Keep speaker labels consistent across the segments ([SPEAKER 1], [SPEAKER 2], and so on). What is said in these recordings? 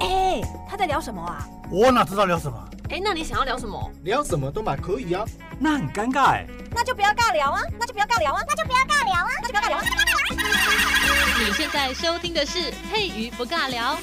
[SPEAKER 1] 哎聊什么啊？
[SPEAKER 2] 我哪知道聊什么？
[SPEAKER 3] 哎，那你想要聊什么？
[SPEAKER 4] 聊什么都蛮可以啊。
[SPEAKER 5] 那很尴尬
[SPEAKER 2] 欸
[SPEAKER 5] 哎。
[SPEAKER 1] 那就不要尬聊啊！那就不要尬聊啊！那就不要尬聊啊！那就不要尬聊啊！
[SPEAKER 3] 你现在收听的是《佩瑜不尬聊》。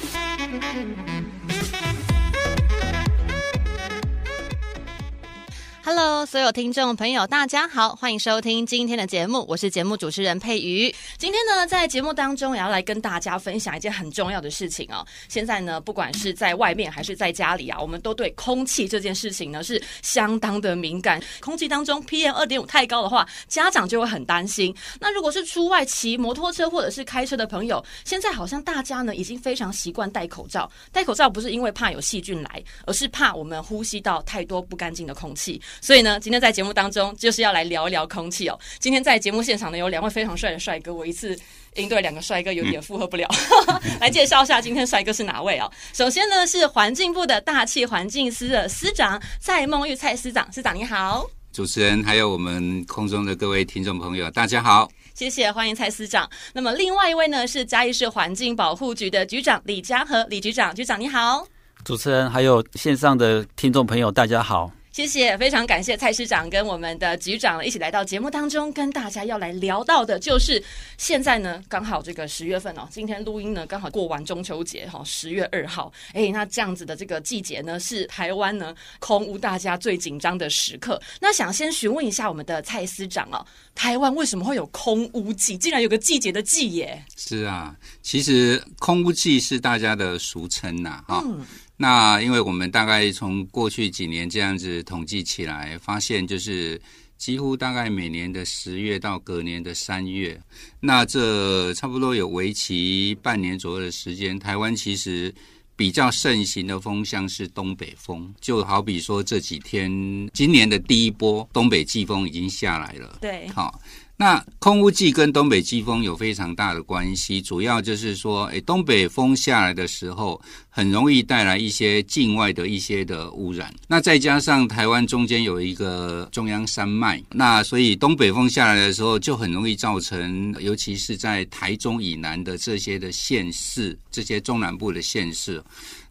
[SPEAKER 3] Hello，所有听众朋友，大家好，欢迎收听今天的节目，我是节目主持人佩瑜。今天呢，在节目当中也啊要来跟大家分享一件很重要的事情哦。现在呢，不管是在外面还是在家里啊，我们都对空气这件事情呢是相当的敏感。空气当中 PM 二点五太高的话，家长就会很担心。那如果是出外骑摩托车或者是开车的朋友，现在好像大家呢已经非常习惯戴口罩。戴口罩不是因为怕有细菌来，而是怕我们呼吸到太多不干净的空气。所以呢，今天在节目当中就是要来聊一聊空气哦。今天在节目现场呢，有两位非常帅的帅哥，我一次应对两个帅哥有点负荷不了。 来介绍一下今天帅哥是哪位哦。首先呢是环境部的大气环境司的司长蔡梦玉蔡司长，司长你好。
[SPEAKER 6] 主持人，还有我们空中的各位听众朋友，大家好。
[SPEAKER 3] 谢谢，欢迎蔡司长。那么另外一位呢是嘉义市环境保护局的局长李嘉和，李局长，局长你好。
[SPEAKER 5] 主持人还有线上的听众朋友，大家好。
[SPEAKER 3] 谢谢，非常感谢蔡市长跟我们的局长一起来到节目当中，跟大家要来聊到的就是现在呢，刚好这个十月份哦，今天录音呢刚好过完中秋节哈、哦，十月二号，哎，那这样子的这个季节呢，是台湾呢空屋大家最紧张的时刻。那想先询问一下我们的蔡司长哦，台湾为什么会有空屋季？竟然有个季节的季耶？
[SPEAKER 6] 是啊，其实空屋季是大家的俗称呐、啊，哈、嗯。那因为我们大概从过去几年这样子统计起来，发现就是几乎大概每年的十月到隔年的三月，那这差不多有为期半年左右的时间，台湾其实比较盛行的风向是东北风，就好比说这几天今年的第一波东北季风已经下来了，
[SPEAKER 3] 对，
[SPEAKER 6] 好、哦。那空屋季跟东北季风有非常大的关系，主要就是说，诶，东北风下来的时候，很容易带来一些境外的一些的污染。那再加上台湾中间有一个中央山脉，那所以东北风下来的时候，就很容易造成，尤其是在台中以南的这些的县市，这些中南部的县市。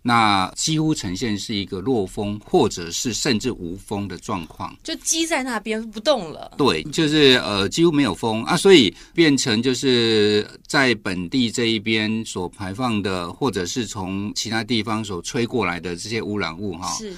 [SPEAKER 6] 那几乎呈现是一个弱风，或者是甚至无风的状况，
[SPEAKER 3] 就积在那边不动了。
[SPEAKER 6] 对，就是呃几乎没有风啊，所以变成就是在本地这一边所排放的，或者是从其他地方所吹过来的这些污染物哈、哦。
[SPEAKER 3] 是。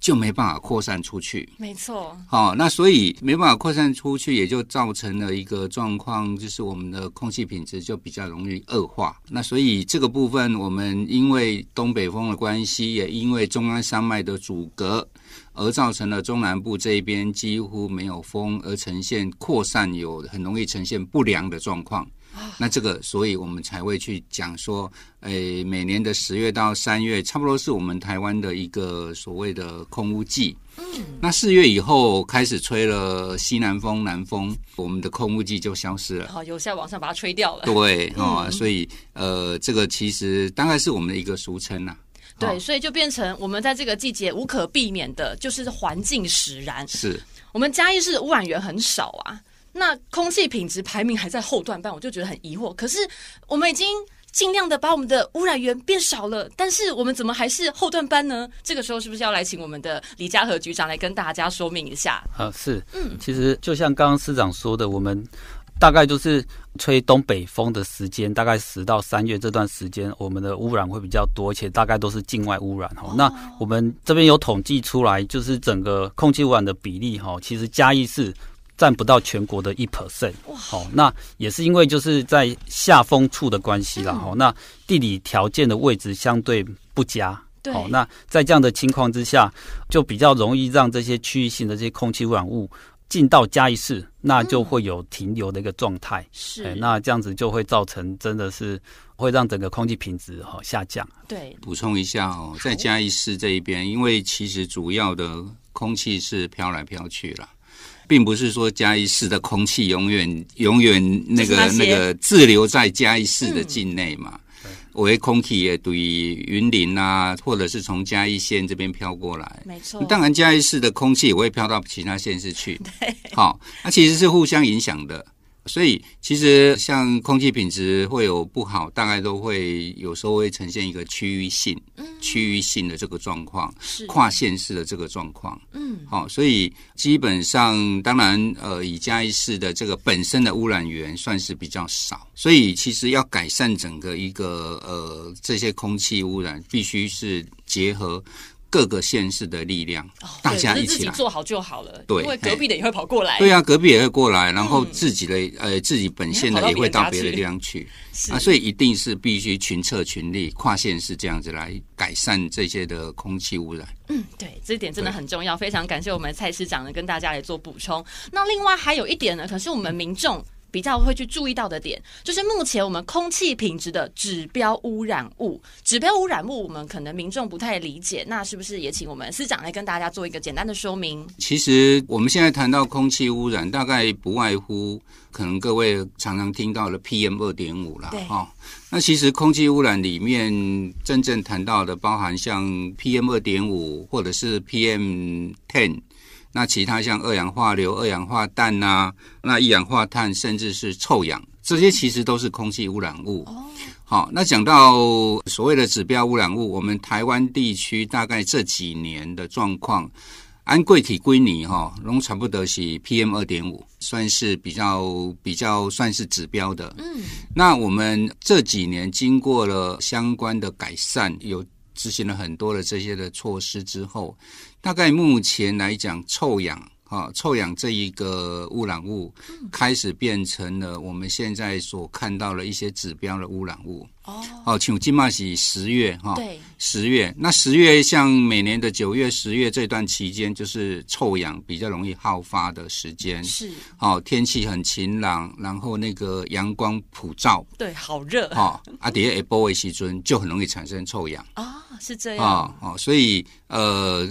[SPEAKER 6] 就没办法扩散出去，
[SPEAKER 3] 没错。
[SPEAKER 6] 好、哦，那所以没办法扩散出去，也就造成了一个状况，就是我们的空气品质就比较容易恶化。那所以这个部分，我们因为东北风的关系，也因为中央山脉的阻隔，而造成了中南部这边几乎没有风，而呈现扩散有很容易呈现不良的状况。那这个，所以我们才会去讲说，诶、呃，每年的十月到三月，差不多是我们台湾的一个所谓的空屋季。嗯，那四月以后开始吹了西南风、南风，我们的空屋季就消失了。
[SPEAKER 3] 好，由下往上把它吹掉了。
[SPEAKER 6] 对，哦， 嗯、所以呃，这个其实大概是我们的一个俗称呐、啊。
[SPEAKER 3] 对，哦、所以就变成我们在这个季节无可避免的，就是环境使然。
[SPEAKER 6] 是
[SPEAKER 3] 我们嘉义市污染源很少啊。那空气品质排名还在后段半，我就觉得很疑惑。可是我们已经尽量的把我们的污染源变少了，但是我们怎么还是后段班呢？这个时候是不是要来请我们的李嘉和局长来跟大家说明一下？
[SPEAKER 5] 啊，是，嗯，其实就像刚刚司长说的，我们大概就是吹东北风的时间，大概十到三月这段时间，我们的污染会比较多，而且大概都是境外污染哈。哦、那我们这边有统计出来，就是整个空气污染的比例哈，其实嘉义市。占不到全国的一 percent，好，那也是因为就是在下风处的关系啦，好、嗯哦，那地理条件的位置相对不佳。好、哦，那在这样的情况之下，就比较容易让这些区域性的这些空气污染物进到嘉义市，那就会有停留的一个状态。
[SPEAKER 3] 是、
[SPEAKER 5] 嗯哎，那这样子就会造成真的是会让整个空气品质哈、哦、下降。
[SPEAKER 3] 对，
[SPEAKER 6] 补充一下哦，在嘉义市这一边，因为其实主要的空气是飘来飘去了。并不是说嘉义市的空气永远永远那个那个滞留在嘉义市的境内嘛，为、嗯、空气也对云林啊，或者是从嘉义县这边飘过来，
[SPEAKER 3] 没错。
[SPEAKER 6] 当然嘉义市的空气也会飘到其他县市去，
[SPEAKER 3] 对，
[SPEAKER 6] 好、哦，那、啊、其实是互相影响的。所以其实像空气品质会有不好，大概都会有时候会呈现一个区域性、区域性的这个状况，
[SPEAKER 3] 嗯是，
[SPEAKER 6] 跨县市的这个状况。
[SPEAKER 3] 嗯，
[SPEAKER 6] 好、哦所以基本上，当然，呃，以嘉义市的这个本身的污染源算是比较少，所以其实要改善整个一个呃这些空气污染，必须是结合各个县市的力量，大
[SPEAKER 3] 哦对
[SPEAKER 6] 家
[SPEAKER 3] 不是
[SPEAKER 6] 一
[SPEAKER 3] 自
[SPEAKER 6] 起
[SPEAKER 3] 己
[SPEAKER 6] 来。
[SPEAKER 3] 做好就好了，
[SPEAKER 6] 对
[SPEAKER 3] 因为隔壁的也会跑过来，
[SPEAKER 6] 对
[SPEAKER 3] 啊，
[SPEAKER 6] 啊，隔壁也会过来，然后
[SPEAKER 3] 嗯
[SPEAKER 6] 自己的、呃自己本县
[SPEAKER 3] 你还
[SPEAKER 6] 的
[SPEAKER 3] 跑到
[SPEAKER 6] 也会
[SPEAKER 3] 别
[SPEAKER 6] 到
[SPEAKER 3] 人
[SPEAKER 6] 别
[SPEAKER 3] 家
[SPEAKER 6] 的
[SPEAKER 3] 去
[SPEAKER 6] 地方去
[SPEAKER 3] 是
[SPEAKER 6] 啊，所以一定是必须群策群力，跨县市这样子来改善这些的空气污染。
[SPEAKER 3] 嗯，对，这一点真的很重要，非常感谢我们蔡市长呢跟大家来做补充。那另外还有一点呢，可是我们民众。比较会去注意到的点，就是目前我们空气品质的指标污染物，指标污染物我们可能民众不太理解，那是不是也请我们司长来跟大家做一个简单的说明？
[SPEAKER 6] 其实我们现在谈到空气污染，大概不外乎可能各位常常听到的 PM 二点五啦
[SPEAKER 3] 对，
[SPEAKER 6] 哦。那其实空气污染里面真正谈到的，包含像 PM 二点五或者是 PM ten，那其他像二氧化硫、二氧化氮呐、那一氧化碳，甚至是臭氧，这些其实都是空气污染物。好，那讲到所谓的指标污染物，我们台湾地区大概这几年的状况，安贵体归你哈，拢差不多是 PM 二点五，算是比较比较算是指标的。
[SPEAKER 3] 嗯，
[SPEAKER 6] 那我们这几年经过了相关的改善，有执行了很多的这些的措施之后，大概目前来讲，臭氧啊，臭氧这一个污染物
[SPEAKER 3] 嗯
[SPEAKER 6] 开始变成了我们现在所看到的一些指标的污染物。
[SPEAKER 3] 哦，
[SPEAKER 6] 哦，请金马喜十月哈，
[SPEAKER 3] 对，
[SPEAKER 6] 十月，那十月像每年的九月、十月这段期间，就是臭氧比较容易好发的时间。
[SPEAKER 3] 是，
[SPEAKER 6] 哦，天气很晴朗，然后那个阳光普照，
[SPEAKER 3] 对，好热啊、
[SPEAKER 6] 哈、啊，底下一波维西尊就很容易产生臭氧
[SPEAKER 3] 是这样，
[SPEAKER 6] 啊，哦，所以呃，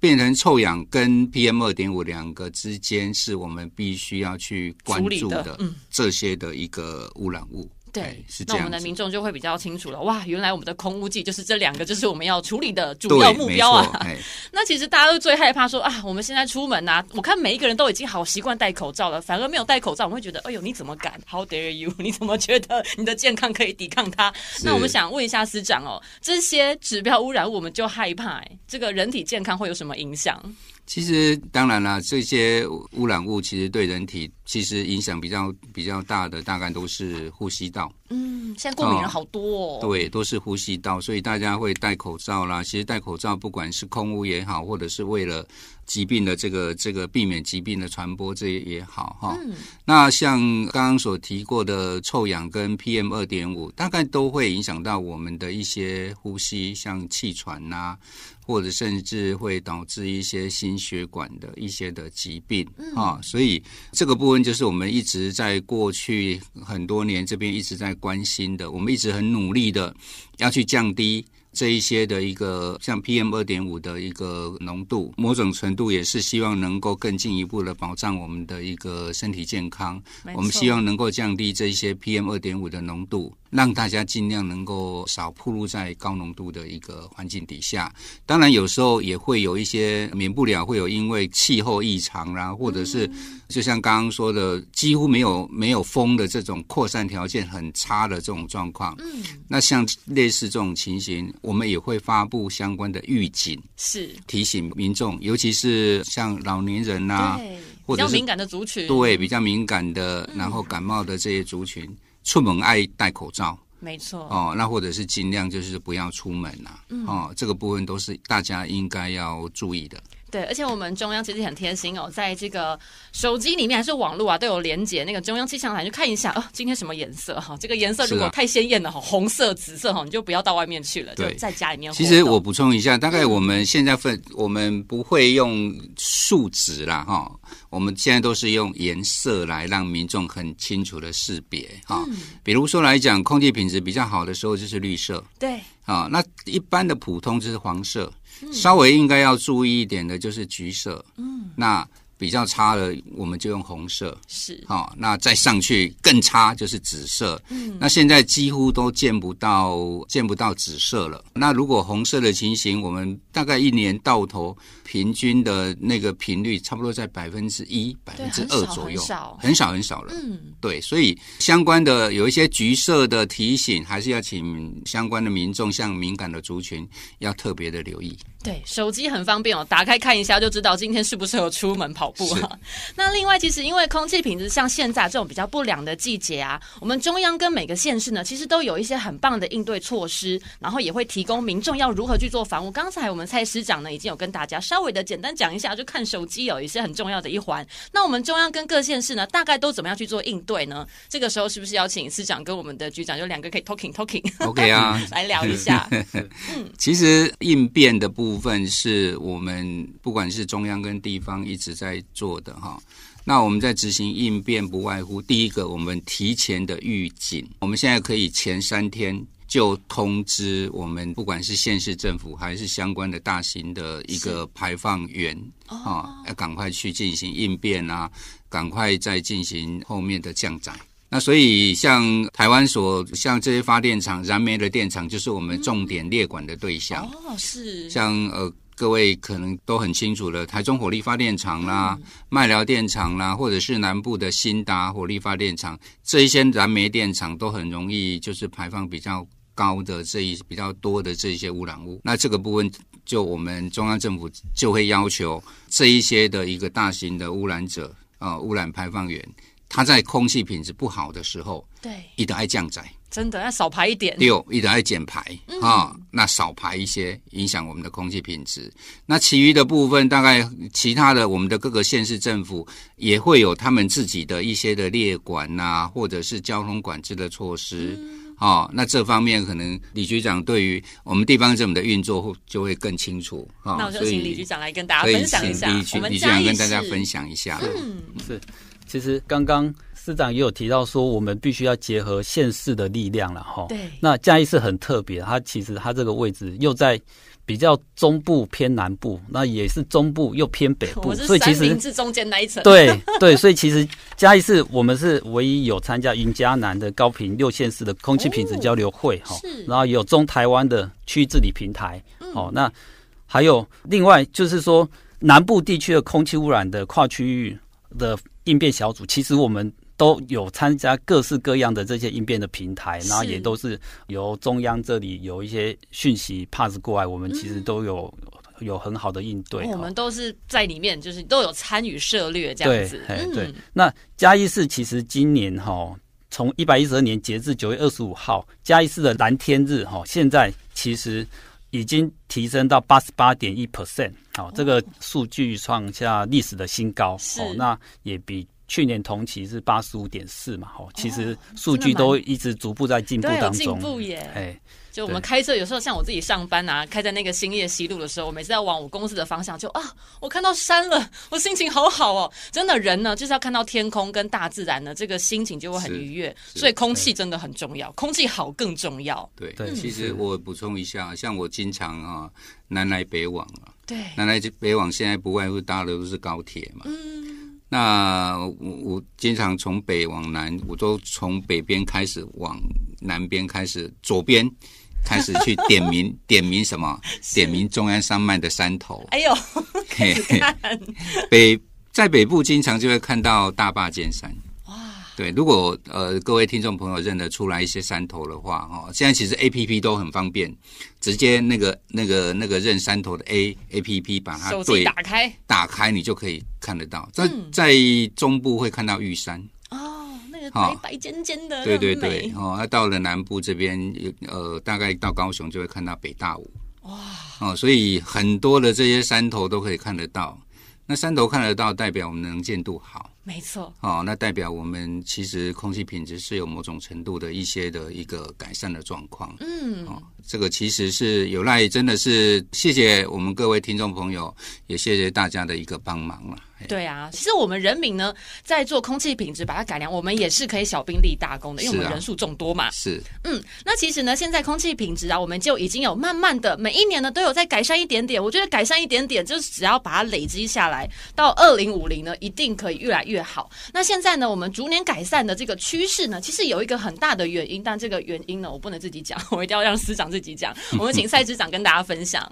[SPEAKER 6] 变成臭氧跟 PM 二点五两个之间，是我们必须要去关
[SPEAKER 3] 处理
[SPEAKER 6] 注
[SPEAKER 3] 的
[SPEAKER 6] 的
[SPEAKER 3] 嗯
[SPEAKER 6] 这些的一个污染物。哎
[SPEAKER 3] 对，
[SPEAKER 6] 是
[SPEAKER 3] 那我
[SPEAKER 6] 这样
[SPEAKER 3] 们的
[SPEAKER 6] 子
[SPEAKER 3] 民。众就会比较清楚了。哇，原来我们的空污剂就是这两个，就是我们要处理的主要
[SPEAKER 6] 对，
[SPEAKER 3] 目
[SPEAKER 6] 没
[SPEAKER 3] 标
[SPEAKER 6] 错，
[SPEAKER 3] 啊。
[SPEAKER 6] 哎，
[SPEAKER 3] 那其实大家都最害怕说啊，我们现在出门啊，我看每一个人都已经好习惯戴口罩了，反而没有戴口罩，我们会觉得，哎呦，你怎么敢？How dare you？你 怎么觉得你的健康可以抵抗它？那我们想问一下司长哦，这些指标污染物我们就害怕、哎这个人体健康会有什么影响？
[SPEAKER 6] 其实当然啦，这些污染物其实对人体其实影响比较比较大的，大概都是呼吸道，
[SPEAKER 3] 嗯，现在过敏人好多哦。
[SPEAKER 6] 对，都是呼吸道，所以大家会戴口罩啦。其实戴口罩，不管是空污也好，或者是为了疾病的这个这个避免疾病的传播，这也好哈。
[SPEAKER 3] 嗯，
[SPEAKER 6] 那像刚刚所提过的臭氧跟 PM 二点五，大概都会影响到我们的一些呼吸，像气喘呐、或者甚至会导致一些心血管的一些的疾病、啊。所以这个部分就是我们一直在过去很多年这边一直在关心的，我们一直很努力的要去降低。这一些的一个像 PM 二点五的一个浓度，某种程度也是希望能够更进一步的保障我们的一个身体健康。
[SPEAKER 3] 没
[SPEAKER 6] 我们
[SPEAKER 3] 错
[SPEAKER 6] 希望能够降低这一些 PM 二点五的浓度，让大家尽量能够少暴露在高浓度的一个环境底下。当然，有时候也会有一些免不了会有因为气候异常啦、或者是
[SPEAKER 3] 嗯
[SPEAKER 6] 就像刚刚说的，几乎没有没有风的这种扩散条件很差的这种状况。嗯，那像类似这种情形，我们也会发布相关的预警，
[SPEAKER 3] 是，
[SPEAKER 6] 提醒民众，尤其是像老年人啦、
[SPEAKER 3] 对，比
[SPEAKER 6] 啊或者
[SPEAKER 3] 较
[SPEAKER 6] 是
[SPEAKER 3] 敏感的族群，
[SPEAKER 6] 对，比较敏感的，然后感冒的这些族群，出门爱戴口罩
[SPEAKER 3] 没错。
[SPEAKER 6] 哦，那或者是尽量就是不要出门啦、哦，这个部分都是大家应该要注意的。
[SPEAKER 3] 对，而且我们中央其实很贴心哦，在这个手机里面还是网络啊都有连接那个中央气象台，去看一下哦，今天什么颜色哈、这个颜色如
[SPEAKER 6] 是
[SPEAKER 3] 果
[SPEAKER 6] 啊
[SPEAKER 3] 太鲜艳了哈，红色、紫色哈，你就不要到外面去了，就
[SPEAKER 6] 对
[SPEAKER 3] 在家里面活
[SPEAKER 6] 其
[SPEAKER 3] 动。
[SPEAKER 6] 实我补充一下，大概我们现在分，我们不会用数值啦，哈、我们现在都是用颜色来让民众很清楚的识别哈、
[SPEAKER 3] 嗯
[SPEAKER 6] 比如说来讲，空气品质比较好的时候就是绿色，
[SPEAKER 3] 对
[SPEAKER 6] 啊，那一般的普通就是黄色，稍微应该要注意一点的就是橘色，嗯，那比较差了，我们就用红色。
[SPEAKER 3] 是
[SPEAKER 6] 好、那再上去更差就是紫色。嗯，那现在几乎都见不到见不到紫色了。那如果红色的情形，我们大概一年到头平均的那个频率差不多在百分之一、百分之
[SPEAKER 3] 很
[SPEAKER 6] 二
[SPEAKER 3] 少
[SPEAKER 6] 左
[SPEAKER 3] 很
[SPEAKER 6] 右，
[SPEAKER 3] 少
[SPEAKER 6] 很少很少了。
[SPEAKER 3] 嗯，
[SPEAKER 6] 对，所以相关的有一些橘色的提醒，还是要请相关的民众，像敏感的族群要特别的留意。
[SPEAKER 3] 对，手机很方便哦，打开看一下就知道今天适不适合出门跑步啊。 那另外，其实因为空气品质像现在这种比较不良的季节啊，我们中央跟每个县市呢，其实都有一些很棒的应对措施，然后也会提供民众要如何去做防护。刚才我们蔡师长呢，已经有跟大家稍微的简单讲一下，就看手机有一些很重要的一环。那我们中央跟各县市呢，大概都怎么样去做应对呢？这个时候是不是要请司长跟我们的局长就两个可以 talking talking
[SPEAKER 6] OK 啊，
[SPEAKER 3] 来聊一下？
[SPEAKER 6] 其实应变的部分是我们不管是中央跟地方一直在做的哈。那我们在执行应变，不外乎第一个，我们提前的预警，我们现在可以前三天就通知我们，不管是县市政府还是相关的大型的一个排放源
[SPEAKER 3] 哦
[SPEAKER 6] 啊、要赶快去进行应变啊，赶快再进行后面的降载。那所以，像台湾所像这些发电厂、燃煤的电厂，就是我们重点列管的对象。
[SPEAKER 3] 哦，是
[SPEAKER 6] 像呃，各位可能都很清楚了，台中火力发电厂啦、麦寮电厂啦，或者是南部的新达火力发电厂，这一些燃煤电厂都很容易就是排放比较高的这一比较多的这一些污染物。那这个部分，就我们中央政府就会要求这一些的一个大型的污染者啊、呃污染排放源，它在空气品质不好的时候，
[SPEAKER 3] 对，
[SPEAKER 6] 一定爱降载。
[SPEAKER 3] 真的要少排一点。
[SPEAKER 6] 六，一直在减排
[SPEAKER 3] 嗯
[SPEAKER 6] 啊、那少排一些，影响我们的空气品质。那其余的部分，大概其他的我们的各个县市政府也会有他们自己的一些的列管呐、或者是交通管制的措施。
[SPEAKER 3] 嗯
[SPEAKER 6] 哦，那这方面可能李局长对于我们地方政府的运作会就会更清楚啊、
[SPEAKER 3] 那我就
[SPEAKER 6] 所以
[SPEAKER 3] 请李局长来跟大家
[SPEAKER 6] 可以
[SPEAKER 3] 分享一
[SPEAKER 6] 请
[SPEAKER 3] 下
[SPEAKER 6] 李，局
[SPEAKER 3] 我们
[SPEAKER 6] 李局
[SPEAKER 3] 嘉
[SPEAKER 6] 长
[SPEAKER 3] 义
[SPEAKER 6] 跟大家
[SPEAKER 3] 市嗯
[SPEAKER 6] 分享一下。
[SPEAKER 5] 是，其实刚刚市长也有提到说，我们必须要结合县市的力量了哈。
[SPEAKER 3] 对
[SPEAKER 5] 那嘉义市很特别，它其实它这个位置又在比较中部偏南部，那也是中部又偏北
[SPEAKER 3] 我
[SPEAKER 5] 部，
[SPEAKER 3] 是
[SPEAKER 5] 所以其
[SPEAKER 3] 三
[SPEAKER 5] 实
[SPEAKER 3] 明。治中间那一层。
[SPEAKER 5] 对对，所以其实嘉义市我们是唯一有参加云嘉南的高频六县市的空气品质交流会哈、
[SPEAKER 3] 哦是嗯
[SPEAKER 5] 然后有中台湾的区域治理平台，哦，那还有另外就是说南部地区的空气污染的跨区域的应变小组，其实我们。都有参加各式各样的这些应变的平台，
[SPEAKER 3] 是
[SPEAKER 5] 然后也都是由中央这里有一些讯息 pass 过来，我们其实都有、有很好的应对。
[SPEAKER 3] 嗯
[SPEAKER 6] 啊
[SPEAKER 3] 我
[SPEAKER 5] 哦
[SPEAKER 3] 们都是在里面，就是都有参与涉略这样子。嗯
[SPEAKER 5] 对，哎对。那嘉义市其实今年哈、从一百一十二年截至九月二十五号，嘉义市的蓝天日哈、现在其实已经提升到八十八点一 percent，好，这个数据创下历史的新高，
[SPEAKER 3] 哦是
[SPEAKER 5] 哦，那也比。去年同期是八十五点四嘛，哦，其实数据都一直逐步在进步
[SPEAKER 3] 都有
[SPEAKER 5] 当
[SPEAKER 3] 进
[SPEAKER 5] 中，
[SPEAKER 3] 步耶！
[SPEAKER 5] 哎，
[SPEAKER 3] 就我们
[SPEAKER 5] 对
[SPEAKER 3] 开车，有时候像我自己上班啊，开在那个兴业西路的时候，我每次在往我公司的方向就，啊，我看到山了，我心情好好哦。真的，人呢就是要看到天空跟大自然呢，这个心情就会很
[SPEAKER 6] 是
[SPEAKER 3] 愉悦。
[SPEAKER 6] 是
[SPEAKER 3] 所以空气真的很重要，空气好更重要。
[SPEAKER 6] 对，
[SPEAKER 5] 对
[SPEAKER 6] 其
[SPEAKER 5] 是
[SPEAKER 6] 实我补充一下，像我经常啊南来北往啊，
[SPEAKER 3] 对，
[SPEAKER 6] 那来北往现在不外乎搭的都是高铁嘛。嗯。那我我经常从北往南，我都从北边开始往南边开始，左边开始去点 名点名什么？点名中央山脉的山头。
[SPEAKER 3] 哎呦，
[SPEAKER 6] 嘿嘿北在北部经常就会看到大坝尖山。哇！对，如果呃各位听众朋友认得出来一些山头的话，哦，现在其实 A P P 都很方便，直接那个那个那个认山头的 A A P P 把它
[SPEAKER 3] 手
[SPEAKER 6] 对
[SPEAKER 3] 机打开
[SPEAKER 6] 打开，你就可以看得到。在在中部会看到玉山，
[SPEAKER 3] 哦，那个白
[SPEAKER 6] 好
[SPEAKER 3] 白尖尖的，
[SPEAKER 6] 对
[SPEAKER 3] 那
[SPEAKER 6] 对
[SPEAKER 3] 很
[SPEAKER 6] 对
[SPEAKER 3] 美，
[SPEAKER 6] 哦，那到了南部这边，呃，大概到高雄就会看到北大武，哇，哦，所以很多的这些山头都可以看得到。那山头看得到，代表我们能见度好，
[SPEAKER 3] 没错，
[SPEAKER 6] 哦，那代表我们其实空气品质是有某种程度的一些的一个改善的状况。
[SPEAKER 3] 嗯，
[SPEAKER 6] 哦，这个其实是有赖，真的是谢谢我们各位听众朋友，也谢谢大家的一个帮忙了、嘿
[SPEAKER 3] 对啊，其实我们人民呢，在做空气品质把它改良，我们也是可以小兵立大功的，因为我
[SPEAKER 6] 是
[SPEAKER 3] 们
[SPEAKER 6] 啊
[SPEAKER 3] 人数众多嘛。
[SPEAKER 6] 是
[SPEAKER 3] 嗯，那其实呢，现在空气品质啊，我们就已经有慢慢的每一年呢都有在改善一点点。我觉得改善一点点，就是只要把它累积下来，到二零五零呢，一定可以越来越好。那现在呢，我们逐年改善的这个趋势呢，其实有一个很大的原因，但这个原因呢，我不能自己讲， 我一定要让司长自己讲。我们请蔡支长跟大家分享。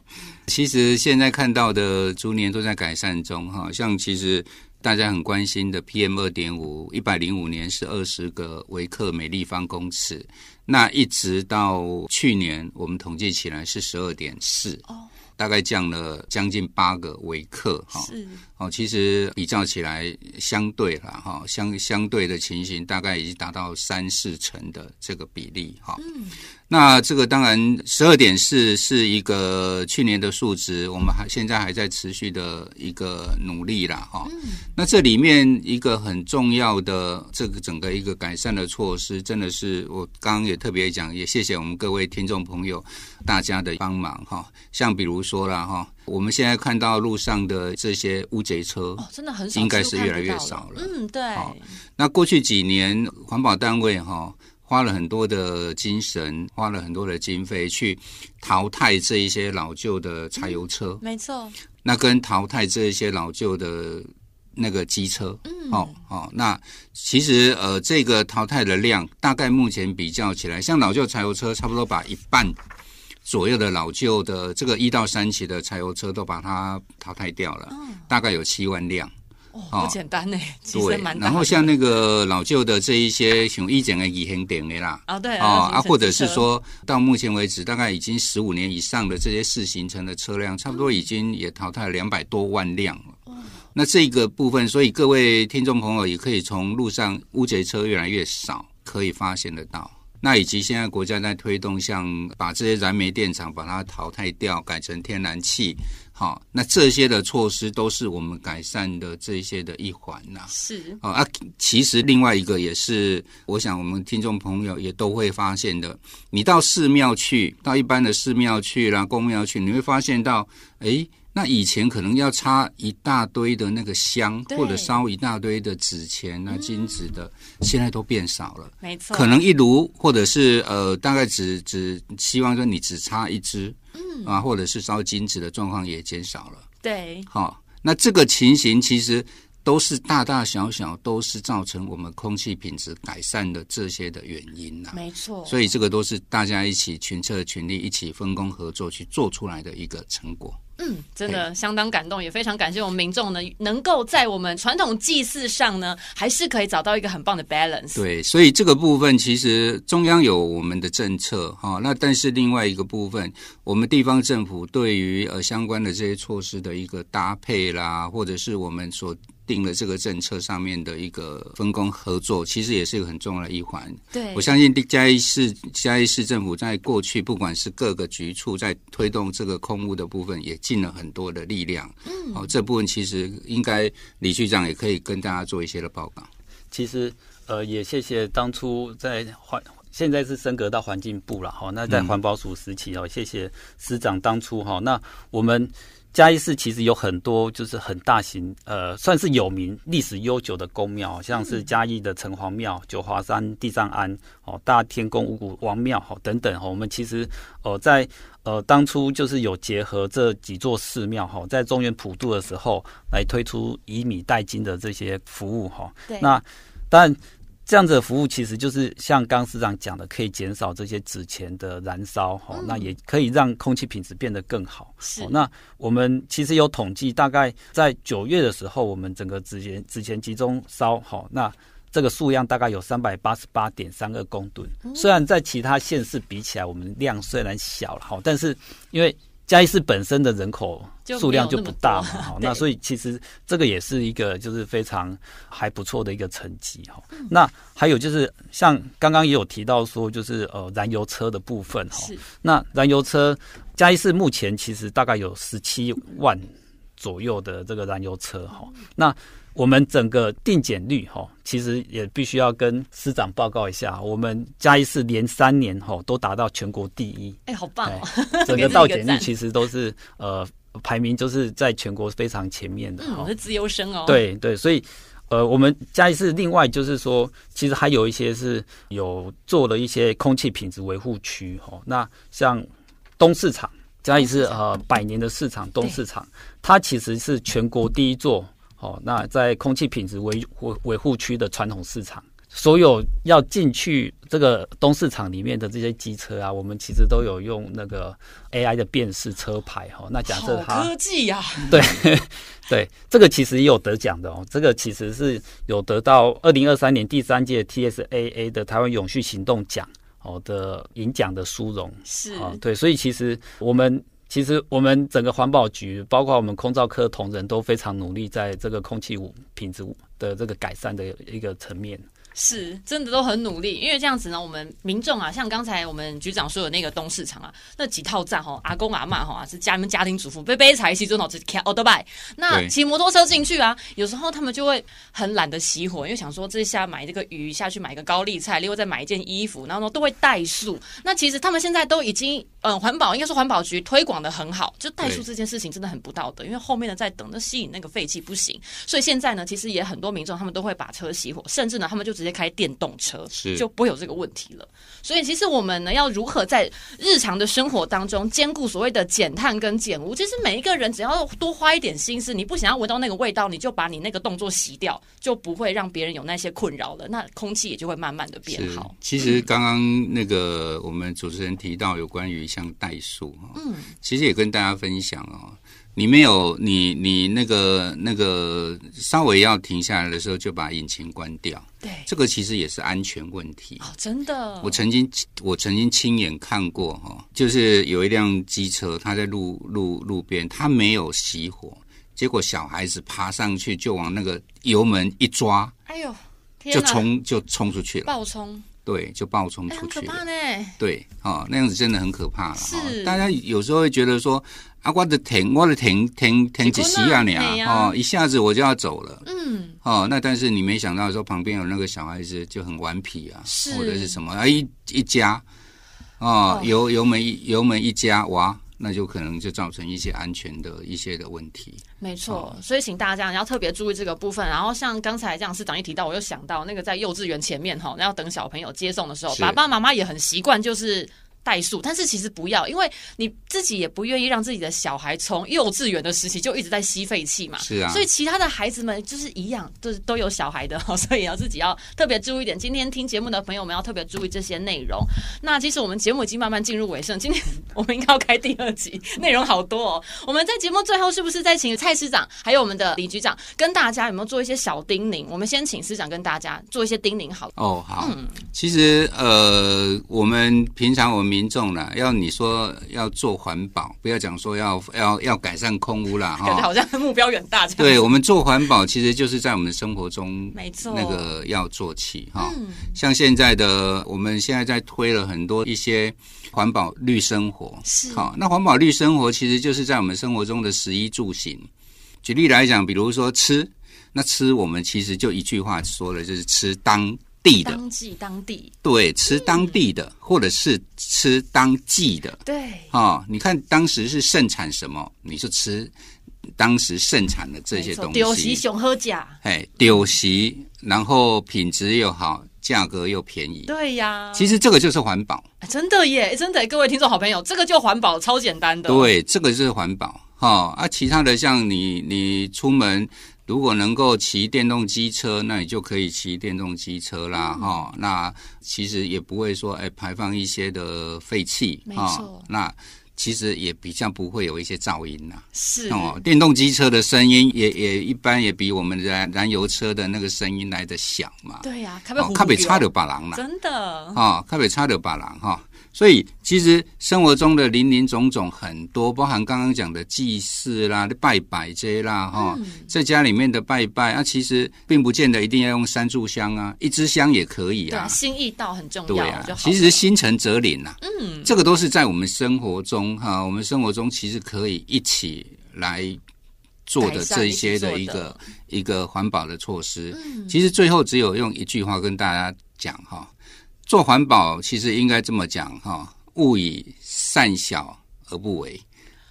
[SPEAKER 6] 其实现在看到的逐年都在改善中，哈，像其实大家很关心的 PM 二点五，一百零五年是二十个微克每立方公尺，那一直到去年我们统计起来是十二点四，
[SPEAKER 3] 哦，
[SPEAKER 6] 大概降了将近八个微克，哈，
[SPEAKER 3] 是
[SPEAKER 6] 哦，其实比较起来，相对啦，哈，相相对的情形大概已经达到三四成的这个比例哈。嗯，那这个当然十二点四是一个去年的数值，我们还现在还在持续的一个努力啦哈。那这里面一个很重要的这个整个一个改善的措施，真的是我刚刚也特别讲，也谢谢我们各位听众朋友大家的帮忙哈。像比如说啦哈，我们现在看到路上的这些乌贼车，
[SPEAKER 3] 哦，真的很少，
[SPEAKER 6] 应该
[SPEAKER 3] 几乎
[SPEAKER 6] 是
[SPEAKER 3] 看
[SPEAKER 6] 越来
[SPEAKER 3] 不
[SPEAKER 6] 越
[SPEAKER 3] 到
[SPEAKER 6] 少了
[SPEAKER 3] 嗯，对，
[SPEAKER 6] 好那过去几年环保单位哈、花了很多的精神，花了很多的经费去淘汰这一些老旧的柴油车，
[SPEAKER 3] 没错，
[SPEAKER 6] 那跟淘汰这一些老旧的那个机车，
[SPEAKER 3] 嗯，
[SPEAKER 6] 哦哦，那其实呃，这个淘汰的量大概目前比较起来，像老旧柴油车，差不多把一半左右的老旧的这个一到三期的柴油车都把它淘汰掉了，大概有七万辆。
[SPEAKER 3] 哦，
[SPEAKER 6] 哦
[SPEAKER 3] 不简单呢，其实
[SPEAKER 6] 对
[SPEAKER 3] 蛮，大的。
[SPEAKER 6] 然后像那个老旧的这一些，像以前的以前点的啦。
[SPEAKER 3] 啊，对
[SPEAKER 6] 哦
[SPEAKER 3] 二十
[SPEAKER 6] 啊，
[SPEAKER 3] 一层
[SPEAKER 6] 或者是
[SPEAKER 3] 车
[SPEAKER 6] 说到目前为止，大概已经十五年以上的这些试行程的车辆，差不多已经也淘汰了两百多万辆了。那这个部分，所以各位听众朋友也可以从路上乌贼车越来越少，可以发现得到。那以及现在国家在推动，像把这些燃煤电厂把它淘汰掉，改成天然气。好，那这些的措施都是我们改善的这些的一环呐、
[SPEAKER 3] 是
[SPEAKER 6] 哦啊，其实另外一个也是，我想我们听众朋友也都会发现的。你到寺庙去，到一般的寺庙去啦、公庙去，你会发现到，诶，那以前可能要插一大堆的那个香，
[SPEAKER 3] 对
[SPEAKER 6] 或者烧一大堆的纸钱啊、金纸的，现在都变少了。
[SPEAKER 3] 没错，
[SPEAKER 6] 可能一炉，或者是呃，大概只只希望说你只插一支，嗯啊，或者是烧金纸的状况也减少了。
[SPEAKER 3] 对
[SPEAKER 6] 好、那这个情形其实都是大大小小都是造成我们空气品质改善的这些的原因呐、
[SPEAKER 3] 没错，
[SPEAKER 6] 所以这个都是大家一起群策群力，一起分工合作去做出来的一个成果。
[SPEAKER 3] 嗯，真的相当感动，也非常感谢我们民众呢，能够在我们传统祭祀上呢，还是可以找到一个很棒的 balance。
[SPEAKER 6] 对，所以这个部分其实中央有我们的政策哈、那但是另外一个部分，我们地方政府对于呃相关的这些措施的一个搭配啦，或者是我们所定的这个政策上面的一个分工合作，其实也是一个很重要的一环。
[SPEAKER 3] 对
[SPEAKER 6] 我相信嘉义市嘉义市政府在过去，不管是各个局处在推动这个空屋的部分，也尽了很多的力量。嗯，哦，这部分其实应该李局长也可以跟大家做一些的报告。
[SPEAKER 5] 其实呃，也谢谢当初在环。现在是升格到环境部了哈，那在环保署时期哦，谢谢司长当初哈。那我们嘉义市其实有很多就是很大型呃，算是有名历史悠久的宫庙，哦像是嘉义的城隍庙、九华山地藏庵哦、大天宫五谷王庙哦等等哦。我们其实哦在呃当初就是有结合这几座寺庙哈，在中原普渡的时候来推出以米代金的这些服务哈。
[SPEAKER 3] 对
[SPEAKER 5] 那但这样子的服务其实就是像刚市长讲的，可以减少这些纸钱的燃烧，哈、那也可以让空气品质变得更好。
[SPEAKER 3] 嗯是
[SPEAKER 5] 哦那我们其实有统计，大概在九月的时候，我们整个纸钱纸钱集中烧，好、那。这个数量大概有三百八十八点三二公吨，
[SPEAKER 3] 嗯
[SPEAKER 5] 虽然在其他县市比起来，我们量虽然小了哈，但是因为嘉义市本身的人口
[SPEAKER 3] 就没有
[SPEAKER 5] 数量就
[SPEAKER 3] 那么
[SPEAKER 5] 不
[SPEAKER 3] 多
[SPEAKER 5] 大嘛，好，
[SPEAKER 3] 对
[SPEAKER 5] 那所以其实这个也是一个就是非常还不错的一个成绩哈。那还有就是像刚刚也有提到说，就是呃燃油车的部分哈
[SPEAKER 3] 是，
[SPEAKER 5] 那燃油车嘉义市目前其实大概有十七万左右的这个燃油车哈，
[SPEAKER 3] 嗯
[SPEAKER 5] 那。我们整个定检率哈，其实也必须要跟司长报告一下，我们嘉义市连三年哈都达到全国第一，
[SPEAKER 3] 哎，好棒哦！
[SPEAKER 5] 整
[SPEAKER 3] 给自己一个
[SPEAKER 5] 个到检率
[SPEAKER 3] 赞
[SPEAKER 5] 其实都是呃排名就是在全国非常前面的。
[SPEAKER 3] 嗯， 我
[SPEAKER 5] 哈
[SPEAKER 3] 是自由生哦。，
[SPEAKER 5] 对对，所以呃，我们嘉义市另外就是说，其实还有一些是有做了一些空气品质维护区哦。那像东市场，嘉义市
[SPEAKER 3] 哦
[SPEAKER 5] 呃百年的市场东市场，它其实是全国第一座哦。那在空气品质维维维护区的传统市场。所有要进去这个东市场里面的这些机车啊，我们其实都有用那个 AI 的辨识车牌哈、哦。那假设
[SPEAKER 3] 好
[SPEAKER 5] 它
[SPEAKER 3] 科技呀、
[SPEAKER 5] 对对，这个其实也有得奖的哦，这个其实是有得到二零二三年第三届 TSAA 的台湾永续行动奖哦的银奖的殊荣
[SPEAKER 3] 是
[SPEAKER 5] 啊、对，所以其实我们。其实我们整个环保局，包括我们空照科同仁，都非常努力在这个空气品质的这个改善的一个层面。
[SPEAKER 3] 是，真的都很努力，因为这样子呢，我们民众啊，像刚才我们局长说的那个东市场啊，那几套站哈，阿公阿嬷哈，是家你们家庭主妇，被被柴西中脑子开 o 对哦拜，那
[SPEAKER 6] 对
[SPEAKER 3] 骑摩托车进去啊，有时候他们就会很懒得熄火，因为想说这下买这个鱼下去买个高丽菜，另外再买一件衣服，然后呢都会怠速。那其实他们现在都已经，嗯，环保应该说环保局推广的很好，就怠速
[SPEAKER 6] 对
[SPEAKER 3] 这件事情真的很不道德，因为后面的在等，那吸引那个废气不行。所以现在呢，其实也很多民众他们都会把车熄火，甚至呢，他们就直接开电动车，
[SPEAKER 6] 是
[SPEAKER 3] 就不会有这个问题了。所以其实我们呢，要如何在日常的生活当中兼顾所谓的减碳跟减污？其实每一个人只要多花一点心思，你不想要闻到那个味道，你就把你那个动作洗掉，就不会让别人有那些困扰了。那空气也就会慢慢的变
[SPEAKER 6] 是
[SPEAKER 3] 好。，
[SPEAKER 6] 其实刚刚那个我们主持人提到有关于像代数哈，嗯，其实也跟大家分享哦，你没有你你那个那个稍微要停下来的时候就把引擎关掉，
[SPEAKER 3] 对，
[SPEAKER 6] 这个其实也是安全问题。
[SPEAKER 3] 哦，真的，
[SPEAKER 6] 我曾经我曾经亲眼看过哈、就是有一辆机车，它在路路路边，它没有熄火，结果小孩子爬上去就往那个油门一抓，
[SPEAKER 3] 哎呦，天
[SPEAKER 6] 就
[SPEAKER 3] 哪，
[SPEAKER 6] 冲就冲出去了，
[SPEAKER 3] 爆冲，
[SPEAKER 6] 对，就爆冲
[SPEAKER 3] 哎，
[SPEAKER 6] 出
[SPEAKER 3] 很可
[SPEAKER 6] 去了。
[SPEAKER 3] 怕呢。
[SPEAKER 6] 对，哦，那样子真的很可怕了。哈
[SPEAKER 3] 是
[SPEAKER 6] 大家有时候会觉得说，啊，我的停，我的停停停几十啊你
[SPEAKER 3] 哎
[SPEAKER 6] 啊，
[SPEAKER 3] 呀
[SPEAKER 6] 哦，一下子我就要走了。
[SPEAKER 3] 嗯，
[SPEAKER 6] 哦，那但是你没想到说旁边有那个小孩子就很顽皮啊，
[SPEAKER 3] 是
[SPEAKER 6] 或者是什么啊一一夹，哦
[SPEAKER 3] 哦，
[SPEAKER 6] 油油门一油门一夹，哇，那就可能就造成一些安全的一些的问题。
[SPEAKER 3] 没错，所以请大家要特别注意这个部分。然后像刚才这样市长一提到，我又想到那个在幼稚园前面哈，那要等小朋友接送的时候，
[SPEAKER 6] 是
[SPEAKER 3] 爸爸妈妈也很习惯就是。代数，但是其实不要，因为你自己也不愿意让自己的小孩从幼稚园的时期就一直在吸废气嘛。
[SPEAKER 6] 是啊
[SPEAKER 3] 所以其他的孩子们就是一样，就是都有小孩的，哦所以也要自己要特别注意一点。今天听节目的朋友们要特别注意这些内容。那其实我们节目已经慢慢进入尾声，今天我们应该要开第二集，内容好多哦。我们在节目最后是不是再请蔡市长，还有我们的李局长，跟大家有没有做一些小叮咛？我们先请市长跟大家做一些叮咛好了。
[SPEAKER 6] 哦，好，
[SPEAKER 3] 嗯
[SPEAKER 6] 其实呃，我们平常我们民众啦，要你说要做环保，不要讲说要要要改善空污啦，
[SPEAKER 3] 感觉
[SPEAKER 6] 哈。
[SPEAKER 3] 好像目标远 大这样。
[SPEAKER 6] 对，我们做环保其实就是在我们的生活中，
[SPEAKER 3] 没错
[SPEAKER 6] 那个要做起哈。
[SPEAKER 3] 嗯，
[SPEAKER 6] 像现在的我们现在在推了很多一些环保绿生活，
[SPEAKER 3] 是
[SPEAKER 6] 好，那环保绿生活其实就是在我们生活中的食衣住行。举例来讲，比如说吃，那吃我们其实就一句话说的就是吃当地的，
[SPEAKER 3] 当季当地，
[SPEAKER 6] 对，吃当地的，或者是吃当季的。
[SPEAKER 3] 对，
[SPEAKER 6] 哦，你看当时是盛产什么，你就吃当时盛产的这些
[SPEAKER 3] 没错
[SPEAKER 6] 东西。
[SPEAKER 3] 丢席熊喝甲，
[SPEAKER 6] 哎，丢席，然后品质又好，价格又便宜。
[SPEAKER 3] 对呀。
[SPEAKER 6] 其实这个就是环保，
[SPEAKER 3] 哎真的耶，真的，各位听众好朋友，这个就环保，超简单的。，
[SPEAKER 6] 对，这个就是环保哈、哦啊，其他的像你你出门如果能够骑电动机车，那你就可以骑电动机车啦
[SPEAKER 3] 嗯
[SPEAKER 6] 哈、那其实也不会说哎排放一些的废气
[SPEAKER 3] 没
[SPEAKER 6] 哈
[SPEAKER 3] 错
[SPEAKER 6] 那其实也比较不会有一些噪音啦、
[SPEAKER 3] 是
[SPEAKER 6] 哦，电动机车的声音也也一般也比我们燃燃油车的那个声音来的小嘛。
[SPEAKER 3] 对呀、咖啡
[SPEAKER 6] 哦，较
[SPEAKER 3] 被
[SPEAKER 6] 袂差着别人啦。
[SPEAKER 3] 真的
[SPEAKER 6] 啊、哦，较袂差着别人哈、所以其实生活中的林林总总很多，包含刚刚讲的祭祀啦、拜拜这些啦哈、
[SPEAKER 3] 嗯
[SPEAKER 6] 在家里面的拜拜啊，其实并不见得一定要用三炷香啊，一支香也可以
[SPEAKER 3] 对啊，
[SPEAKER 6] 啊。
[SPEAKER 3] 心意到很重要，
[SPEAKER 6] 对啊
[SPEAKER 3] 就，好
[SPEAKER 6] 其实心诚则灵啊，
[SPEAKER 3] 嗯，
[SPEAKER 6] 这个都是在我们生活中哈、我们生活中其实可以一起来做
[SPEAKER 3] 改
[SPEAKER 6] 的
[SPEAKER 3] 善
[SPEAKER 6] 这一些的
[SPEAKER 3] 一起
[SPEAKER 6] 一
[SPEAKER 3] 做
[SPEAKER 6] 个
[SPEAKER 3] 的嗯
[SPEAKER 6] 一个环保的措施。其实最后只有用一句话跟大家讲哈，做环保其实应该这么讲哈，勿以善小而不为。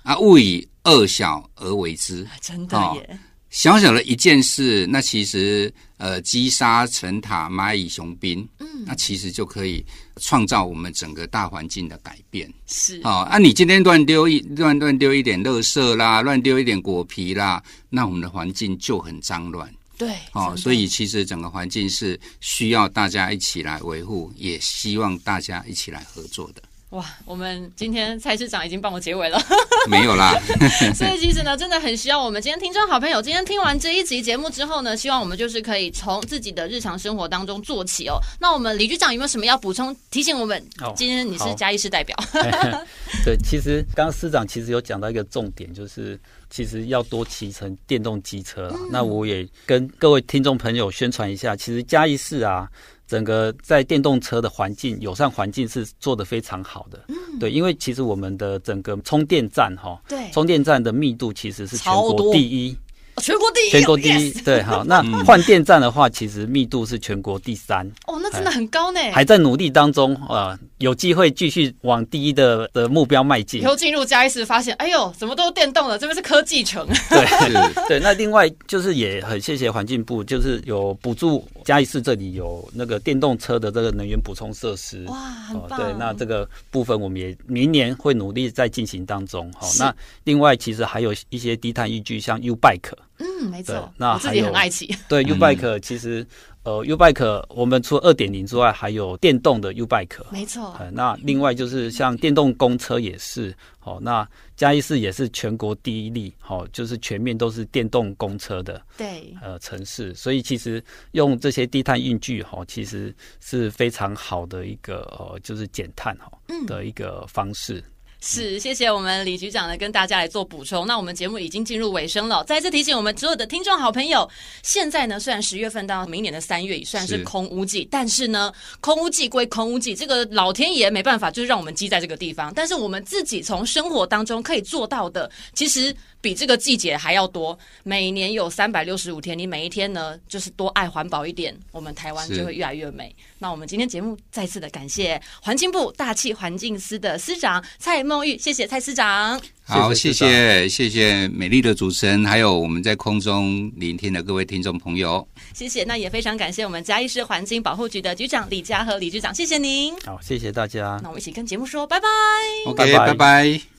[SPEAKER 6] 啊，勿以恶小而为之。
[SPEAKER 3] 哎真的
[SPEAKER 6] 哦
[SPEAKER 3] 耶，
[SPEAKER 6] 小小的一件事，那其实呃，积沙成塔，蚂蚁雄兵，嗯，那其实就可以创造我们整个大环境的改变。
[SPEAKER 3] 是
[SPEAKER 6] 哦，啊，你今天乱丢一乱乱丢一点垃圾啦，乱丢一点果皮啦，那我们的环境就很脏乱。
[SPEAKER 3] 对，
[SPEAKER 6] 哦，
[SPEAKER 3] 真的
[SPEAKER 6] 所以其实整个环境是需要大家一起来维护，也希望大家一起来合作的。
[SPEAKER 3] 哇，我们今天蔡市长已经帮我结尾了，
[SPEAKER 6] 没有啦，
[SPEAKER 3] 所以其实呢，真的很需要我们今天听众好朋友，今天听完这一集节目之后呢，希望我们就是可以从自己的日常生活当中做起哦。那我们李局长有没有什么要补充提醒我们？
[SPEAKER 5] 哦
[SPEAKER 3] 今天你是
[SPEAKER 5] 好
[SPEAKER 3] 嘉义市代表，
[SPEAKER 5] 对，其实刚刚司长其实有讲到一个重点，就是其实要多骑乘电动机车
[SPEAKER 3] 嗯
[SPEAKER 5] 啦。那我也跟各位听众朋友宣传一下，其实嘉义市啊，整个在电动车的环境友善环境是做得非常好的。
[SPEAKER 3] 嗯
[SPEAKER 5] 对，因为其实我们的整个充电站哈，
[SPEAKER 3] 对
[SPEAKER 5] 充电站的密度其实是全
[SPEAKER 3] 超
[SPEAKER 5] 国
[SPEAKER 3] 多
[SPEAKER 5] 第一，
[SPEAKER 3] 全国第一，啊
[SPEAKER 5] 全国第一
[SPEAKER 3] yes。
[SPEAKER 5] 对，好，那换电站的话，其实密度是全国第三。
[SPEAKER 3] 哦，那真的很高呢，
[SPEAKER 5] 哎还在努力当中，啊，有机会继续往第一的的目标迈进
[SPEAKER 3] 以。后进入嘉义市发现，哎呦，怎么都是电动了，这边是科技 城，
[SPEAKER 6] 是
[SPEAKER 5] 对，那另外就是也很谢谢环境部，就是有补助嘉义市这里有那个电动车的这个能源补充设施。
[SPEAKER 3] 哇，很
[SPEAKER 5] 哦
[SPEAKER 3] 棒。
[SPEAKER 5] 对，那这个部分我们也明年会努力在进行当中。好、
[SPEAKER 3] 是
[SPEAKER 5] 那另外其实还有一些低碳依据，像 U Bike，
[SPEAKER 3] 嗯，没错
[SPEAKER 5] 对，那
[SPEAKER 3] 我自
[SPEAKER 5] 还
[SPEAKER 3] 己
[SPEAKER 5] 有哎
[SPEAKER 3] 很爱骑，
[SPEAKER 5] 对 U Bike 其实、呃 U Bike 我们除了二点零之外，还有电动的 U Bike。
[SPEAKER 3] 没错，
[SPEAKER 5] 呃，那另外就是像电动公车也是，好、那嘉义市也是全国第一例，好、就是全面都是电动公车的
[SPEAKER 3] 对，
[SPEAKER 5] 呃城市，所以其实用这些低碳运具，哈、其实是非常好的一个呃，就是减碳哈、的一个方式。
[SPEAKER 3] 是，谢谢我们李局长呢跟大家来做补充。那我们节目已经进入尾声了，再次提醒我们所有的听众好朋友，现在呢虽然十月份到明年的三月也算是
[SPEAKER 6] 是
[SPEAKER 3] 空屋季，但是呢空屋季归空屋季，这个老天爷没办法，就是让我们积在这个地方。但是我们自己从生活当中可以做到的，其实比这个季节还要多。每年有三百六十五天，你每一天呢就是多爱环保一点，我们台湾
[SPEAKER 6] 是
[SPEAKER 3] 就会越来越美。那我们今天节目再次的感谢环境部大气环境司的司长蔡梦玉，谢谢蔡司长。
[SPEAKER 6] 好，
[SPEAKER 5] 谢
[SPEAKER 6] 谢谢
[SPEAKER 5] 谢
[SPEAKER 6] 谢谢美丽的主持人，还有我们在空中聆听的各位听众朋友，
[SPEAKER 3] 谢谢，那也非常感谢我们嘉义市环境保护局的局长李家和李局长，谢谢您。
[SPEAKER 5] 好，谢谢大家。
[SPEAKER 3] 那我们一起跟节目说拜拜。
[SPEAKER 6] OK，
[SPEAKER 5] 拜拜
[SPEAKER 6] 拜拜